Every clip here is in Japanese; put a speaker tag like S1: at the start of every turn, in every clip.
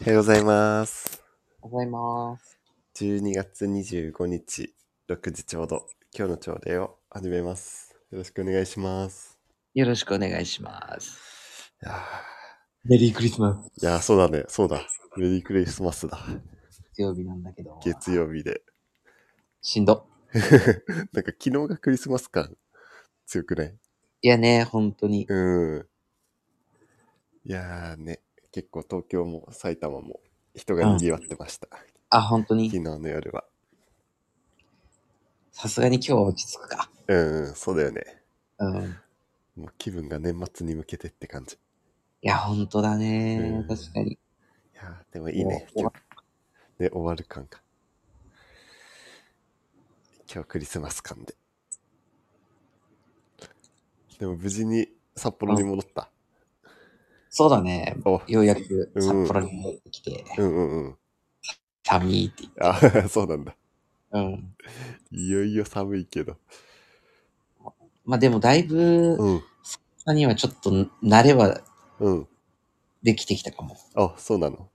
S1: おはようございます。
S2: おはようございます。
S1: 12月25日、6時ちょうど、今日の朝礼を始めます。よろしくお願いします。
S2: よろしくお願いします。
S1: いや
S2: メリークリスマス。
S1: ーいやーそうだね、そうだ。メリークリスマスだ。
S2: 月曜日なんだけど。
S1: 月曜日で。
S2: しんど。
S1: なんか昨日がクリスマス感強くない
S2: いやね、本当に。
S1: うん。いやーね、結構東京も埼玉も人が賑わってました。
S2: あ、本当
S1: 昨
S2: に。
S1: 日の夜は。
S2: さすがに今日は落ち着くか。
S1: うん、うん、そうだよね。
S2: うん。い
S1: もう気分が年末に向けてって感じ。
S2: や、本当だ
S1: う
S2: ね
S1: ん。
S2: 確かに。
S1: いやーでもいいね。
S2: もう
S1: 今日ね、終わる感が。今日クリスマス感で。でも無事に札幌に戻った。
S2: そうだね。
S1: お
S2: ようやく
S1: うん
S2: 札幌に戻ってきて、
S1: うんうんうん。
S2: 寒いって言って。
S1: あ そうなんだ。
S2: うん。
S1: いよいよ寒いけど。
S2: まあでもだいぶ、
S1: うん。
S2: 他にはちょっと慣れは
S1: うん。
S2: できてきたかも。
S1: あ、そうなの。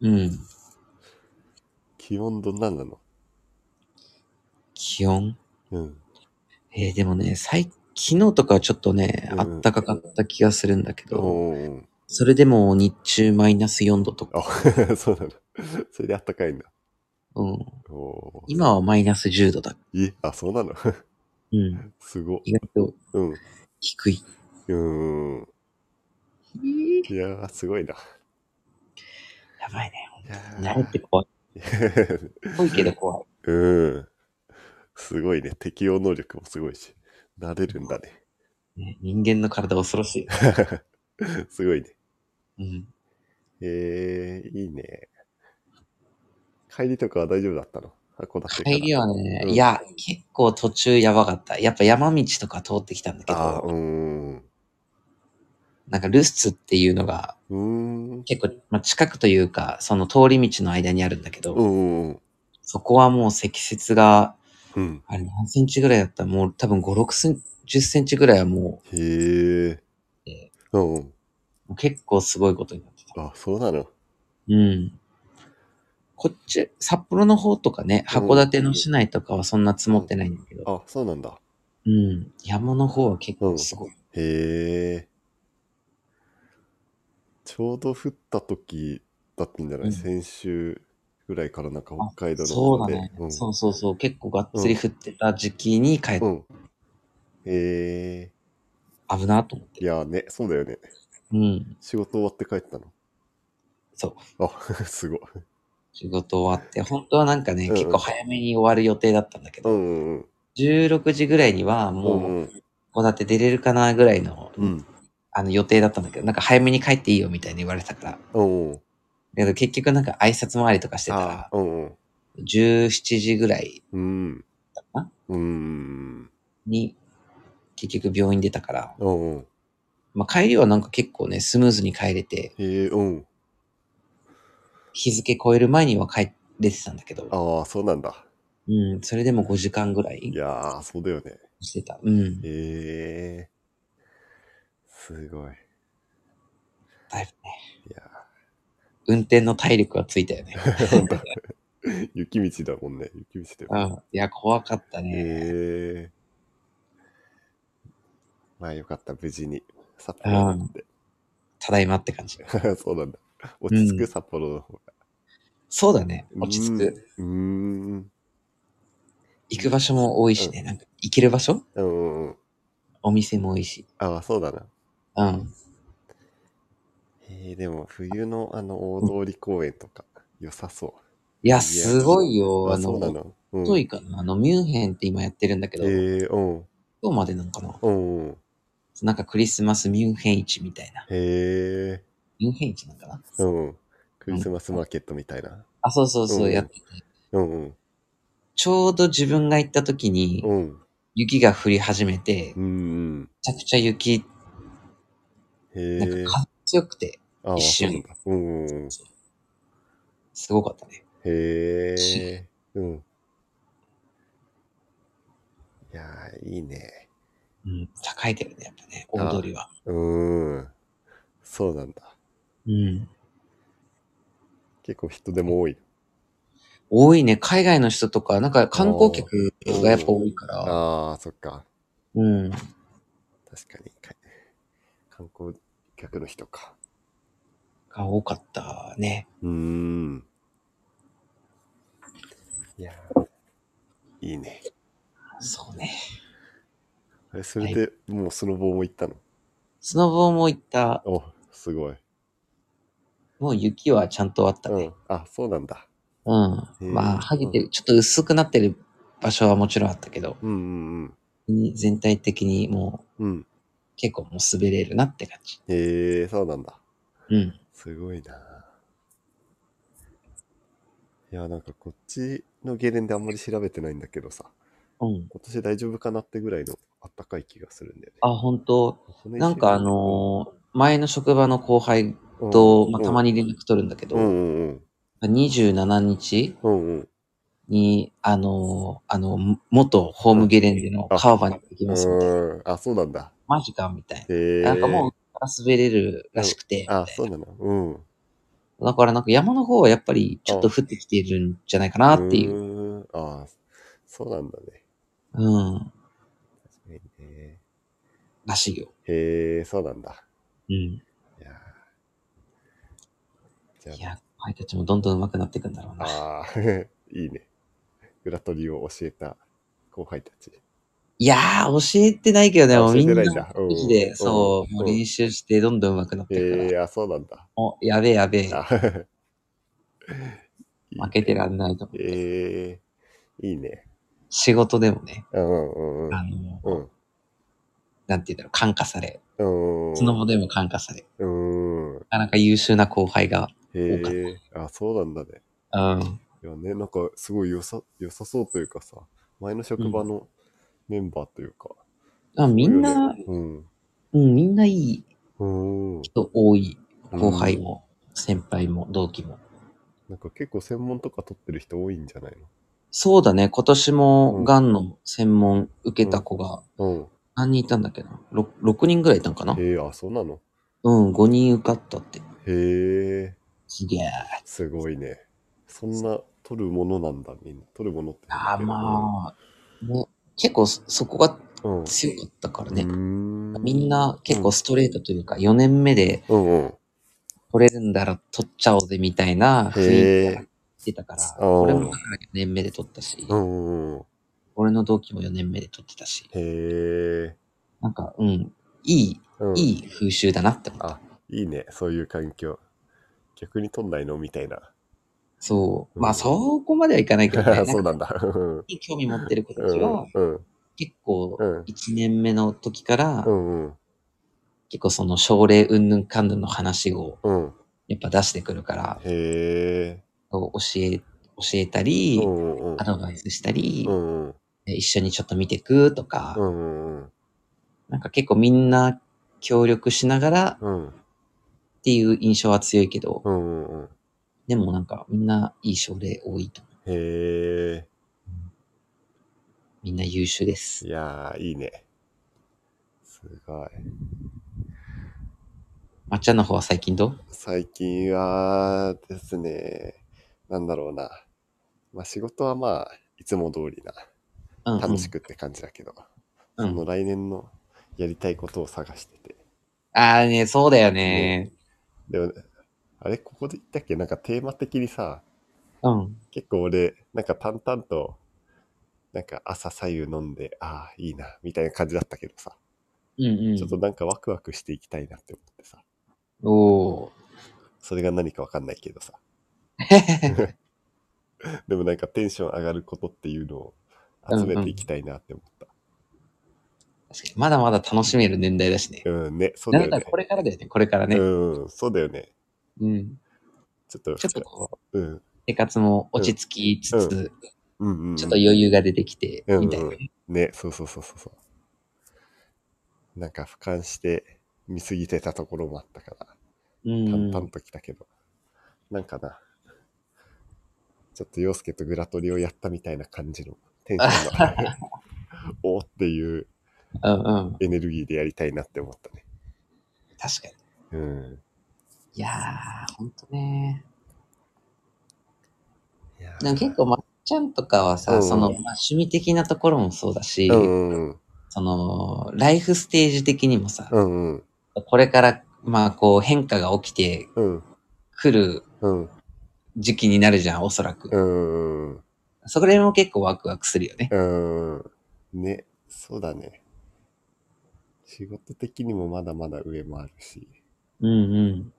S2: うん。
S1: 気温どんなんなの
S2: 気温
S1: うん。
S2: えー、でもね、最、昨日とかはちょっとね、
S1: うん
S2: あったかかった気がするんだけど、
S1: おー
S2: それでも日中マイナス4度とか、
S1: あ、 そうなの。それであったかいんだ。
S2: うん、
S1: おー
S2: 今はマイナス10度だ。
S1: え、あ、そうなの
S2: うん、
S1: すご。
S2: 意外と
S1: うん。う
S2: 低い。
S1: ーん。いやー、すごいな。
S2: やばいね。
S1: いやー
S2: 慣れて怖い。 怖いけど怖い。
S1: うん。すごいね。適応能力もすごいし。慣れるんだね。
S2: ね、人間の体恐ろし
S1: すごいね。
S2: い。うん、
S1: えー、いいね。帰りとかは大丈夫だったの函館から。
S2: 帰りはね、
S1: うん
S2: いや、結構途中やばかった。やっぱ山道とか通ってきたんだけ
S1: あー
S2: ど、
S1: うーん。
S2: なんかルスツっていうのが
S1: うーん。
S2: 結構、まあ、近くというか、その通り道の間にあるんだけど、
S1: うんうんうん。
S2: そこはもう積雪が、
S1: うん。
S2: あれ何センチぐらいだったもう多分5、6センチ、10センチぐらいはも
S1: へー
S2: え。
S1: うんうん。
S2: う結構すごいことになってた。
S1: あ、そうなの。
S2: うん。こっち、札幌の方とかね、
S1: うん
S2: 函館の市内とかはそんな積もってないんだけど、
S1: あ、そうなんだ。
S2: うん。山の方は結構すごい。
S1: へーちょうど降った時だったんじゃない、
S2: うん
S1: 先週ぐらいからなんか
S2: あ
S1: 北海道の
S2: そう
S1: 方
S2: だ
S1: で。
S2: ね、
S1: ん
S2: そうそうそう。結構がっつり降ってた時期に帰って、
S1: うん。え
S2: 危なと思っ
S1: ー、
S2: て。
S1: いやーね、そうだよね。
S2: うん。
S1: 仕事終わって帰ったの。
S2: そう。
S1: あ、 すごい。
S2: 仕事終わって、本当はなんかね、
S1: うん
S2: 結構早めに終わる予定だったんだけ
S1: う
S2: ど、
S1: んうん
S2: 16時ぐらいには
S1: うん。
S2: もう、
S1: うん
S2: こだって出れるかなぐらいの、
S1: うん。
S2: あの予定だったんだけど、なんか早めに帰っていいよみたいに言われたから。
S1: うんうん。
S2: だけど結局なんか挨拶回りとかしてた
S1: あ
S2: ら、
S1: ーうんうん。
S2: 17時ぐらい
S1: うん。
S2: あ
S1: うん。
S2: に結局病院出たから、
S1: うんうん。
S2: まあ、帰りはなんか結構ね、スムーズに帰れて、
S1: えー、うん。
S2: 日付超える前には帰れてたんだけど、
S1: ああ、そうなんだ。
S2: うん、それでも5時間ぐら
S1: い
S2: い
S1: やー、そうだよね。
S2: してた。うん、だい
S1: えー、すごい。
S2: ぶね、
S1: いや
S2: 運転の体力はついた よね。
S1: ー、ほんと雪道だもんね。雪道だよ
S2: う。ん、いや、怖かったね。
S1: ええまあよかった、無事に。札幌に行って。
S2: ただいまって感じ。
S1: そうなんだ。落ち着く、札幌の方が。
S2: そうだね、落ち着く。
S1: うーん。
S2: 行く場所も多いしね、なんか行ける場所
S1: うーん。うんうん。
S2: お店も多いし。
S1: ああ、そうだな。
S2: うん。
S1: えー、でも冬のあの大通り公園とか、良さそ。
S2: いや、すごいうよ。
S1: あ、
S2: あ
S1: そう
S2: の
S1: な、の。うん。
S2: 遠いかなあの、ミュンヘンって今やってるんだけ
S1: え
S2: ど、
S1: ー、うん。
S2: 今日までなんかな
S1: うんうん。
S2: なんかクリスマスミュンヘン市みたいな。
S1: へえ
S2: ミュンヘン市なんかな
S1: ー。うん。クリスマスマーケットみたいな。
S2: あ、そうそうそう、
S1: うん
S2: やってて。
S1: うんうん。
S2: ちょうど自分が行った時に
S1: うん。
S2: 雪が降り始めて、
S1: う
S2: め
S1: ん
S2: ちゃくちゃ雪、
S1: うん。へえ
S2: なん
S1: ー。
S2: か風強くて、
S1: ああ、
S2: 一
S1: そう
S2: 瞬
S1: なんだ。うんうん。
S2: すごかったね。
S1: へえ。うん。いやー、いいね。
S2: うん。栄えてるね、やっぱね、大通りは。
S1: うーん。そうなんだ。
S2: うん。
S1: 結構人でも多い。
S2: 多いね。海外の人とか、なんか観光客がやっぱ多いから。
S1: ああー、そっか。
S2: うん。
S1: 確かに。か観光客の人か。
S2: が多かったね。
S1: うーん。いやーいいね。
S2: そうね。
S1: えそれで、もうスノボーも行ったの
S2: スノボーも行った。
S1: お、すごい。
S2: もう雪はちゃんとあった
S1: う
S2: ね。
S1: ん。あ、そうなんだ。
S2: うん。
S1: へー
S2: まあ、はげてる。ちょっと薄くなってる場所はもちろんあったけど、
S1: うんうん
S2: 全体的にもう
S1: うん。うん。
S2: 結構もう滑れるなって感じ。
S1: へえー、そうなんだ。
S2: うん。
S1: すごいな。いや、なんかこっちのゲレンであんまり調べてないんだけどさ、
S2: うん。
S1: 今年大丈夫かなってぐらいのあったかい気がするんだよね。
S2: あ、本当
S1: この一週間
S2: なんかあのー前の職場の後輩
S1: うん
S2: と、まあ、たまに連絡取るんだけど、
S1: うんうんうん。
S2: 27日
S1: うんうん。
S2: に、あのーあの、元ホームゲレンデの川場に行きますみたいな。
S1: うんあ、そうなんだ。
S2: マジかみたい
S1: へえ。
S2: な。なんかもう、滑れるらしくて、みたい
S1: あ
S2: な、
S1: そうなの。うん。
S2: だからなんか山の方はやっぱりちょっと降ってきてるんじゃないかなっていう。
S1: うーん。あそうなんだね。
S2: うん。
S1: 確かにね。
S2: らしいよ。
S1: へえ、そうなんだ。
S2: うん。
S1: いやー
S2: い
S1: じゃ
S2: や、後輩たちもどんどん上手くなっていくんだろう
S1: あ、
S2: な。
S1: ああー、 いいね。裏取りを教えた後輩たち。
S2: いやー、教えてないけどね、
S1: あ
S2: もうみん
S1: 教え
S2: な
S1: てないんだうん
S2: 意地で、そう、
S1: うん
S2: もう練習してどんどん上手くなっていくから。
S1: へえ、あ、そうなんだ。
S2: お、やべえやべえ。
S1: あ いいね
S2: 負けてらんないと思って。
S1: ええ、いいね。
S2: 仕事でもね、
S1: うんうんうん。
S2: あの、
S1: うん
S2: なんて言うんだろう、感化され。
S1: うんうん。
S2: スノボでも感化され。
S1: うん。
S2: なかなか優秀な後輩が。
S1: へ
S2: 多か
S1: え、あ、そうなんだね。
S2: うん。
S1: いやね、なんかすごい良さ、良さそうというかさ、前の職場のメンバーというか。
S2: あみんな、
S1: うん。
S2: うん、みんないい
S1: うん。
S2: 人多い。後輩も、先輩も、同期も。
S1: なんか結構専門とか取ってる人多いんじゃない
S2: そうだね、今年
S1: う
S2: も
S1: ん
S2: ガンの専門受けた子が
S1: の
S2: 何人いたんだっけな 6, 6人ぐらいいたんかな
S1: うん。へえ、あ、そうなの
S2: うん、5人受かったって。
S1: へえ、
S2: すげえ。
S1: すごいね。そんな取るものなんだ、みんな。取るものって。
S2: あーまあ、ね、結構そそこが
S1: あ。うん。
S2: 強かったから
S1: う
S2: ね
S1: ー。ん
S2: みんな結構ストレートというか、4年目で
S1: うんうん。
S2: 取れるんだら取っちゃおうぜみたいな雰囲気が出たから、
S1: へー
S2: 俺もだから4年目で取ったし、
S1: うんうんうん。
S2: 俺の同期も4年目で取ってたし、
S1: へえ。
S2: なんか、うん、いい、
S1: うん
S2: いい風習だなって思った。
S1: あ、いいね、そういう環境。逆に取んないのみたい な。
S2: そ
S1: う
S2: う。
S1: ん。
S2: まあ、そこまではいかないけど ね
S1: そう
S2: なんか
S1: なん だ。うん
S2: に興味持ってる子た
S1: う
S2: ちは
S1: ん、うん。
S2: 結構
S1: うん、
S2: 1年目の時から、
S1: うんうん。
S2: 結構その症例うんぬんかんぬんの話を
S1: うん。
S2: やっぱ出してくるから、
S1: へえ。
S2: 教え、教えたり、
S1: うんうんうん
S2: アドバイスしたり
S1: う、んうん。
S2: 一緒にちょっと見てくとか、
S1: うんうんうん。
S2: なんか結構みんな協力しながらっ
S1: うん
S2: ていう印象は強いけど、
S1: うんうんうん。
S2: でもなんかみんないい症例多いと思う。
S1: へえ。
S2: みんな優秀です
S1: い。やー、いいね。すごい。
S2: まっちゃんの方は最近どう
S1: 最近はですね、なんだろうな。まあ仕事はまあ、いつも通り
S2: うんう
S1: な。
S2: ん
S1: 楽しくって感じだけど、
S2: うん
S1: その来年のやりたいことを探してて。
S2: ああね、そうだよね。
S1: でも、あれ、ここで言ったっけなんかテーマ的にさ、
S2: うん。
S1: 結構俺、なんか淡々と、なんか朝左右飲んで、ああ、いいな、みたいな感じだったけどさ、
S2: うんうん。
S1: ちょっとなんかワクワクしていきたいなって思ってさ、
S2: おお
S1: それが何かわかんないけ どさ、
S2: ー。
S1: でもなんかテンション上がることっていうのを集めていきたいなって思った。
S2: 確かにまだまだ楽しめる年代だしね。
S1: うん、ね、そうだ
S2: なん
S1: よ
S2: だ
S1: ね
S2: か。これからだよね、これからね。
S1: うん、そうだよね。
S2: うん。
S1: ちょっと、
S2: ちょっとこう、
S1: うん、
S2: 生活も落ち着きつつ、
S1: うん、うん。
S2: ちょっと余裕が出てきて、
S1: うん
S2: みたいなね。
S1: ね、そうそうそうそうそう。なんか俯瞰して見すぎてたところもあったから、
S2: うん
S1: 淡々と来たけど、なんかな、ちょっと洋介とグラトリをやったみたいな感じのテンションの上 がるおーっていう
S2: うんうん。
S1: エネルギーでやりたいなって思ったね。
S2: 確かに。
S1: うん。
S2: いやー、ほんとね。でも結構、まっちゃんとかはさ、
S1: うん
S2: その、まあ趣味的なところもそうだし、
S1: うんうん
S2: その、ライフステージ的にもさ、
S1: うんうん
S2: これから、まあ、こう、変化が起きて
S1: うん
S2: くる
S1: うん
S2: 時期になるじゃん、おそらく。
S1: うんうん
S2: そこら辺も結構ワクワクするよね。
S1: うんねそうだね仕事的にもまだまだ上もあるし
S2: うんうん。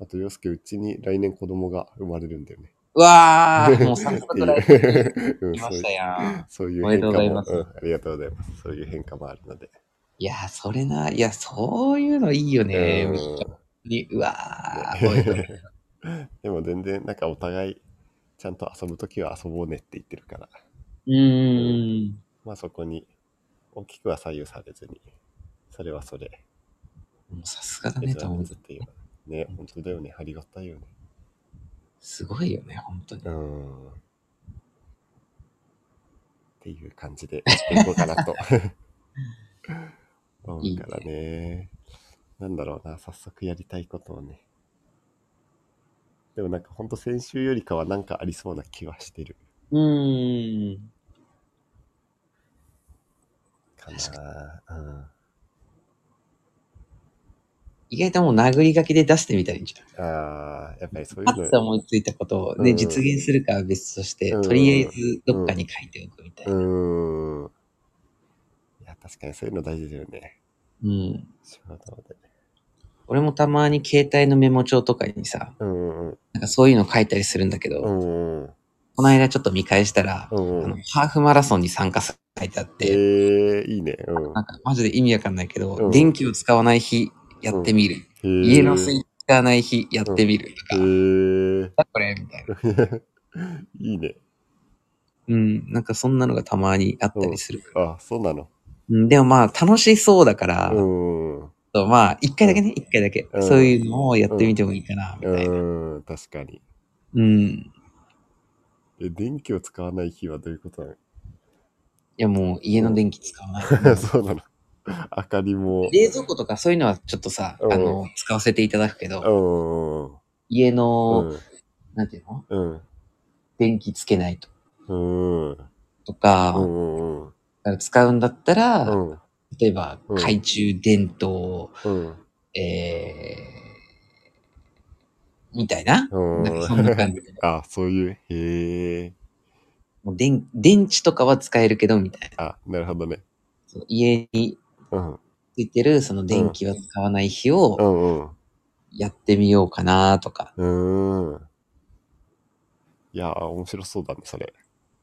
S1: あと洋介うちに来年子供が生まれるんだよね
S2: うわ ー、もう早速ライ
S1: っ
S2: フ
S1: ていううん
S2: 来ま
S1: そうい
S2: し
S1: う
S2: たやん。
S1: そういう
S2: おめで
S1: 変
S2: とう
S1: 化
S2: ござい
S1: も
S2: ます
S1: うんありがとうございますそういう変化もあるので
S2: いやー、それな、いや、そういうのいいよね。
S1: うん
S2: 本当にうわ ー、おめでとうございます
S1: でも全然なんかお互いちゃんと遊ぶときは遊ぼうねって言ってるから
S2: うんうん
S1: まあそこに大きくは左右されずにそれはそれ
S2: うん。もうさすがだね、と思う
S1: 別。っていうね本当だよねありがたいよね
S2: すごいよね、本当に
S1: う。んっていう感じでやっていこうかなと思うからねなんだろうな早速やりたいことをねでもなんかほんと先週よりかはなんかありそうな気はしてる
S2: うん。
S1: かなうん
S2: 意外ともう殴り書きで出してみたらいいんじゃない
S1: あーやっぱりそうい
S2: パッ
S1: う
S2: と
S1: の
S2: 思いついたことを、
S1: う
S2: ね
S1: ん
S2: 実現するかは別として、
S1: うん
S2: とりあえずどっかに書いておくみたいな。
S1: うんいや確かにそういうの大事だよね
S2: うん。
S1: 仕事で
S2: 俺もたまに携帯のメモ帳とかにさ、
S1: うんうん
S2: なんかそういうの書いたりするんだけど、
S1: うんうん
S2: この間ちょっと見返したら、
S1: うん
S2: あ
S1: う
S2: の
S1: ん
S2: ハーフマラソンに参加するって書いてあって、
S1: えー、いいねうん
S2: なんかマジで意味わかんないけど、
S1: うん
S2: 電気を使わない日やってみる。
S1: 家
S2: 家の水使わない日やってみるとか、
S1: へ
S2: なん
S1: ー
S2: だこれみたいな。
S1: いいね。
S2: うん、なんかそんなのがたまにあったりする。
S1: あ、そうなの。
S2: うん、でもまあ楽しそうだから、
S1: うん。
S2: とまあ一回だけね、一回だけ、
S1: うん
S2: そういうのをやってみてもいいかな、みたいな。
S1: うん、確かに。
S2: うん。
S1: え、電気を使わない日はどういうことない
S2: やもう家の電気使わない。
S1: の そうなの。明かりも。
S2: 冷蔵庫とかそういうのはちょっとさ、
S1: うん
S2: あの、使わせていただくけど、
S1: う
S2: 家の、
S1: ん。うん。
S2: なんていうの
S1: うん。
S2: 電気つけないと。
S1: うん。
S2: とか、
S1: うん。うん。
S2: 使うんだったら、
S1: うん。
S2: 例えば、
S1: うん
S2: 懐中電灯を、
S1: うん。
S2: えー、みたいな。
S1: うん
S2: なんかそんな感じで。
S1: あ、そういう。へえ。
S2: もう電電池とかは使えるけど、みたいな。
S1: あ、なるほどね。
S2: そう家に
S1: うん。
S2: ついてる、その電気は使わない日を、
S1: うん。
S2: やってみようかなとか、
S1: うん。うん。いやー、面白そうだね、それ。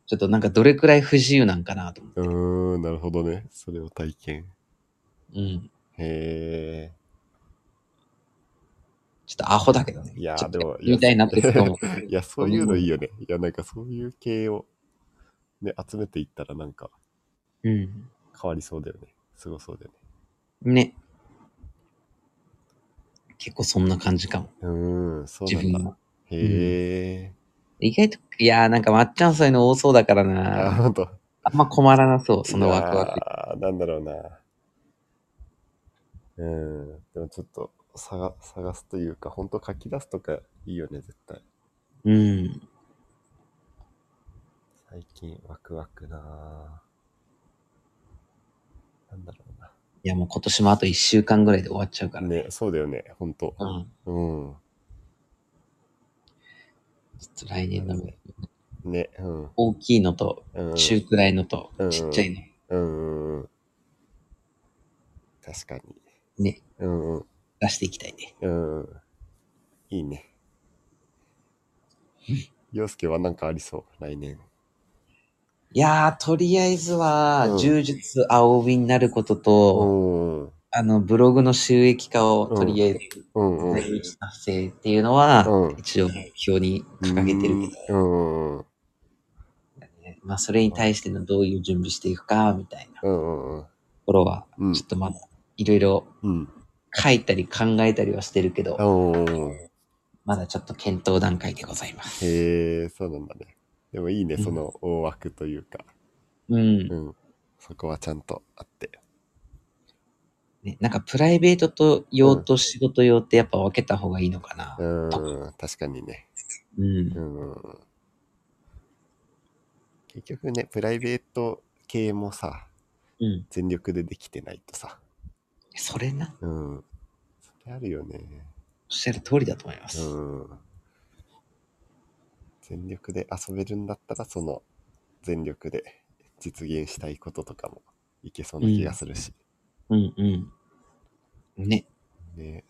S2: ちょっとなんかどれくらい不自由なんかなと思って。
S1: うーん、なるほどね。それを体験。
S2: うん。
S1: へ
S2: ちょっとアホだけどね。
S1: いやー
S2: ちょっと
S1: でも
S2: みたいなってると思う。
S1: え。いや、そういうのいいよね。いや、なんかそういう系を、ね、集めていったらなんか
S2: うん。
S1: 変わりそうだよね。すごそうだよね。
S2: ね。結構そんな感じかも。
S1: うーん、そう
S2: 自
S1: なん
S2: 分
S1: だ。
S2: も。
S1: へえ。
S2: 意外と、いやーなんかまっちゃんそういうの多そうだから
S1: あ、
S2: な。
S1: ほんと。
S2: あんま困らなそう、そのワクワク。
S1: ク。なんだろうな。うん。でもちょっと探探すというか、ほんと書き出すとかいいよね、絶対。
S2: うん。
S1: 最近ワクワクなぁなんだろうな。
S2: いやもう今年もあと1週間ぐらいで終わっちゃうからね。
S1: ね、そうだよね、ほんと。
S2: うん。
S1: うん。
S2: ちょっと来年の
S1: ね、うん。
S2: 大きいのと、
S1: うん、
S2: 中くらいのと
S1: う、ん
S2: ちっちゃい
S1: う
S2: の。
S1: んうん。確かに。
S2: ね。
S1: うんうん。
S2: 出していきたいね。
S1: うん。いい ね。洋介はなんかありそう、来年。
S2: いやー、とりあえず
S1: う
S2: は
S1: ん、
S2: 柔術青帯になることと、
S1: ん。
S2: あの、ブログの収益化をとりあえず、
S1: うんうん。
S2: 第一達成っていうのは、
S1: うん
S2: 一応目標に掲げてるけど、
S1: うんうん。
S2: まあ、それに対してのどういう準備していくか、みたいなと
S1: うんうん。
S2: ころは、
S1: うん
S2: ちょっとまだ、いろいろ
S1: うん。
S2: 書いたり考えたりはしてるけど、
S1: うん。
S2: まだちょっと検討段階でございます。
S1: へえ、そうなんだね。でもいいね、その大枠というか。
S2: うん
S1: う。ん。そこはちゃんとあって。
S2: ね、なんか、プライベートと用と仕事用ってやっぱ分けた方がいいのかな。
S1: うん。確かにね。
S2: うん。
S1: うん。結局ね、プライベート系もさ、
S2: うん。
S1: 全力でできてないとさ。
S2: それな。
S1: うん。それあるよね。
S2: おっしゃる通りだと思いま
S1: う
S2: す。
S1: ん。全力で遊べるんだったら、その全力で実現したいこととかもいけそうな気がするし。
S2: うん、うん、ね。
S1: ね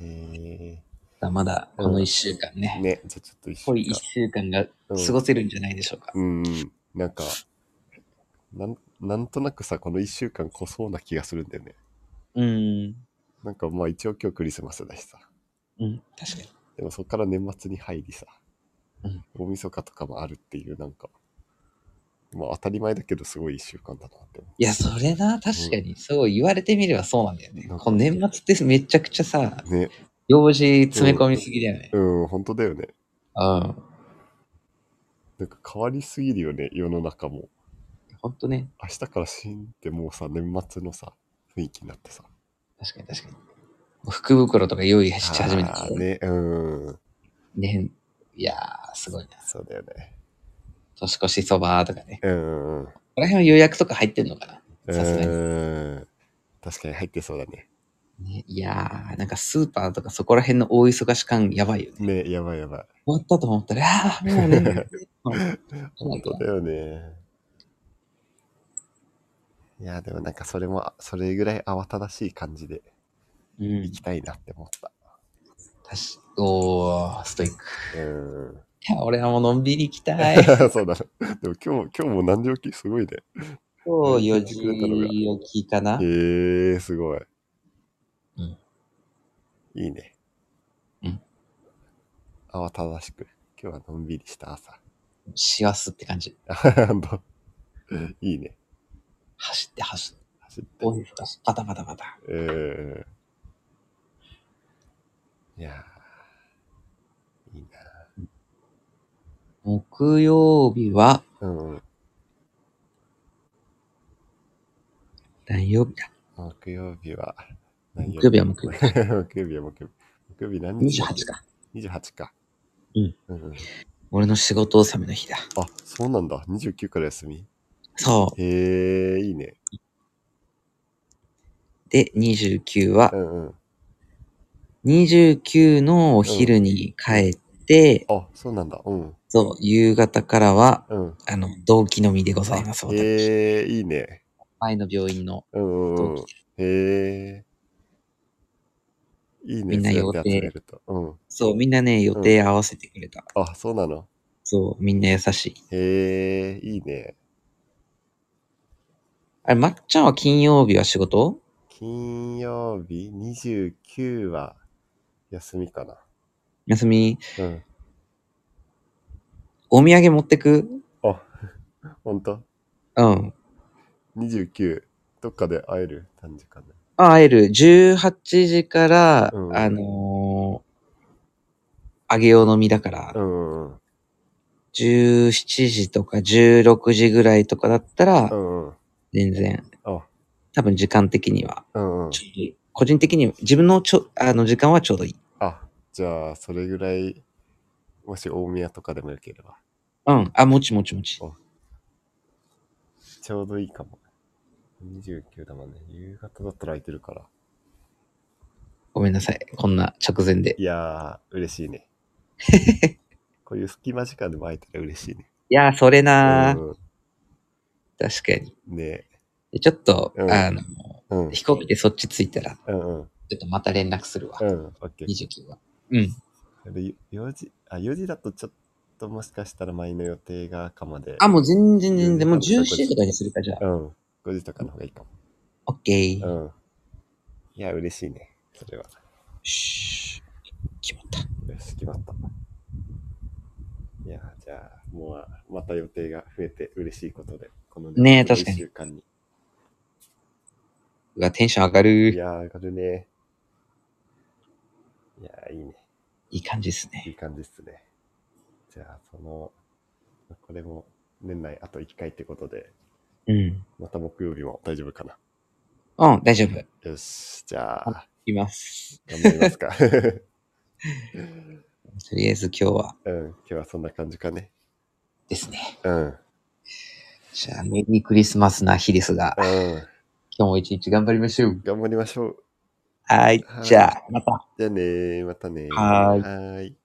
S1: へえ。
S2: まだこの一週間ね。
S1: ね、じゃあちょっと一
S2: こ
S1: 緒
S2: れ一週間が過ごせるんじゃないでしょうか。
S1: うん、なんか、なん、なんとなくさ、この一週間濃そうな気がするんだよね。
S2: うん。
S1: なんかまあ一応今日クリスマスだしさ。
S2: うん、確かに。
S1: でもそっから年末に入りさ、
S2: うん
S1: 大晦日とかもあるっていう、なんか、まあ当たり前だけどすごい一週間だなって思
S2: いや、それな、確かに、そう言われてみればそうなんだよね
S1: なん。か
S2: この年末ってめちゃくちゃさ、
S1: う。ね、
S2: 用事詰め込みすぎだよね。
S1: うん、本当だよね。
S2: うん。
S1: なんか変わりすぎるよね、世の中も。
S2: ほんとね。
S1: 明日からシーンってもうさ、年末のさ、雰囲気になってさ。
S2: 確かに確かに。もう福袋とか用意し始めて
S1: あ
S2: き
S1: ー
S2: て
S1: ね、うん。
S2: ね。いやー、すごいな。
S1: そうだよね。
S2: 年越しそばとかね。
S1: うん。うん
S2: この辺は予約とか入ってんのかなさすがに
S1: うん。確かに入ってそうだね。
S2: ね、いやー、なんかスーパーとかそこら辺の大忙し感やばいよね。
S1: ね、やばいやばい。
S2: 終わったと思ったら、あー、もうね。
S1: 本当だよね。いや、でもなんかそれも、それぐらい慌ただしい感じで
S2: うん
S1: 行きたいなって思った。
S2: 確かおー、ストイック。
S1: うん。
S2: いや、俺はもうのんびり行きたい。
S1: そうだ。でも今日、今日も何時起きすごいね。
S2: 今日4
S1: 教えてくれたのが
S2: 時起きかな
S1: へえ。ー、すごい。
S2: うん
S1: いいね。
S2: うん。
S1: 慌ただしく。今日はのんびりした朝。
S2: 幸せって感じ。
S1: ほんといいね。
S2: 走って走って。
S1: 走って。
S2: おいパタパタパタ。
S1: えー、いやーいい
S2: 木曜日は、
S1: な。うん。
S2: 何曜日だ
S1: 木曜日は、
S2: 木曜日は木曜日。
S1: 木曜日。木曜日は木曜日。木曜日何日だっけ
S2: 28か。
S1: 28か。
S2: うん。
S1: うん、
S2: 俺の仕事納めの日だ。
S1: あ、そうなんだ。29から休み。
S2: そ
S1: へえー、いいね。
S2: う。で、29は
S1: う、んうん。
S2: 29のお昼に帰って、
S1: あ、そうなんだ。うん。
S2: そう、夕方からは、
S1: うん。
S2: あの、同期のみでございます。
S1: あへえー、いいね。
S2: 前の病院の
S1: うんうんうん
S2: 同。
S1: へえー。いいね。
S2: みんな
S1: そうやって
S2: 予定
S1: 集めると。うん。
S2: そう、みんなね、予定合わせてくれた。
S1: あ、そうなの。
S2: そう、みんな優しい。
S1: へえー、いいね。
S2: あれ、まっちゃんは金曜日は仕事
S1: 金曜日29は休みかな。
S2: 休み、
S1: うん。
S2: お土産持ってく
S1: あ、ほんと
S2: うん。
S1: ?29、どっかで会える感じかな。
S2: あ、会える。18時から、
S1: うん
S2: あのー、揚げようのみだから、
S1: うんうん
S2: 17時とか16時ぐらいとかだった
S1: う
S2: ら、
S1: ん。うんうん。
S2: 全然、
S1: あ、
S2: 多分時間的には、
S1: うんうん。
S2: ちょうどいい。個人的に、自分のちょ、あの、時間はちょうどいい。
S1: あ、じゃあ、それぐらい、もし大宮とかでもよければ、
S2: うん。あ、もちもちもち
S1: お。ちょうどいいかも。29だもんね。夕方だったら空いてるから。
S2: ごめんなさい。こんな直前で。
S1: いやー、嬉しいね。こういう隙間時間でも空いてたら嬉しいね。
S2: いやー、それなー。
S1: うん
S2: 確かに。
S1: うん、ね
S2: でちょっと、
S1: うん
S2: あの、
S1: うん。
S2: 飛行機でそっち着いたら、
S1: うんうん。
S2: ちょっとまた連絡するわ。
S1: うん。オッケー。
S2: 29は。うん。
S1: で4時、あ、4時だとちょっともしかしたら前の予定がかまで。
S2: あ、もう全然全然、もう
S1: うん
S2: 17時とかにするか、じゃあ。
S1: うん。5時とかの方がいいかも。
S2: オッケー。よ
S1: うん。いや、嬉しいね。それは。
S2: し。決まった。
S1: よし、決まった。いや、じゃあ、もう、また予定が増えて嬉しいことで、この
S2: ねえ
S1: この
S2: 確かに
S1: 一週間に。
S2: うわ、テンション上が
S1: い
S2: る。
S1: やー、上がるね。いやー、いいね。
S2: いい感じです
S1: い
S2: ね。
S1: い感じっすね。じゃあ、その、これも年内あと1回ってことで、
S2: うん。
S1: また木曜日も大丈夫かな。
S2: うん、大丈夫。
S1: よし、じゃあ、
S2: います。
S1: 頑張ります か。
S2: とりあえず今日は、
S1: うん、今日はそんな感じかね。
S2: ですね。
S1: うん。
S2: じゃあ、メリークリスマスな日ですが、
S1: うん。
S2: 今日も一日頑張りましょう。
S1: 頑張りましょう。
S2: はい
S1: は。い
S2: じゃあ、また。
S1: じゃあねーまたねー
S2: はーい
S1: はーい。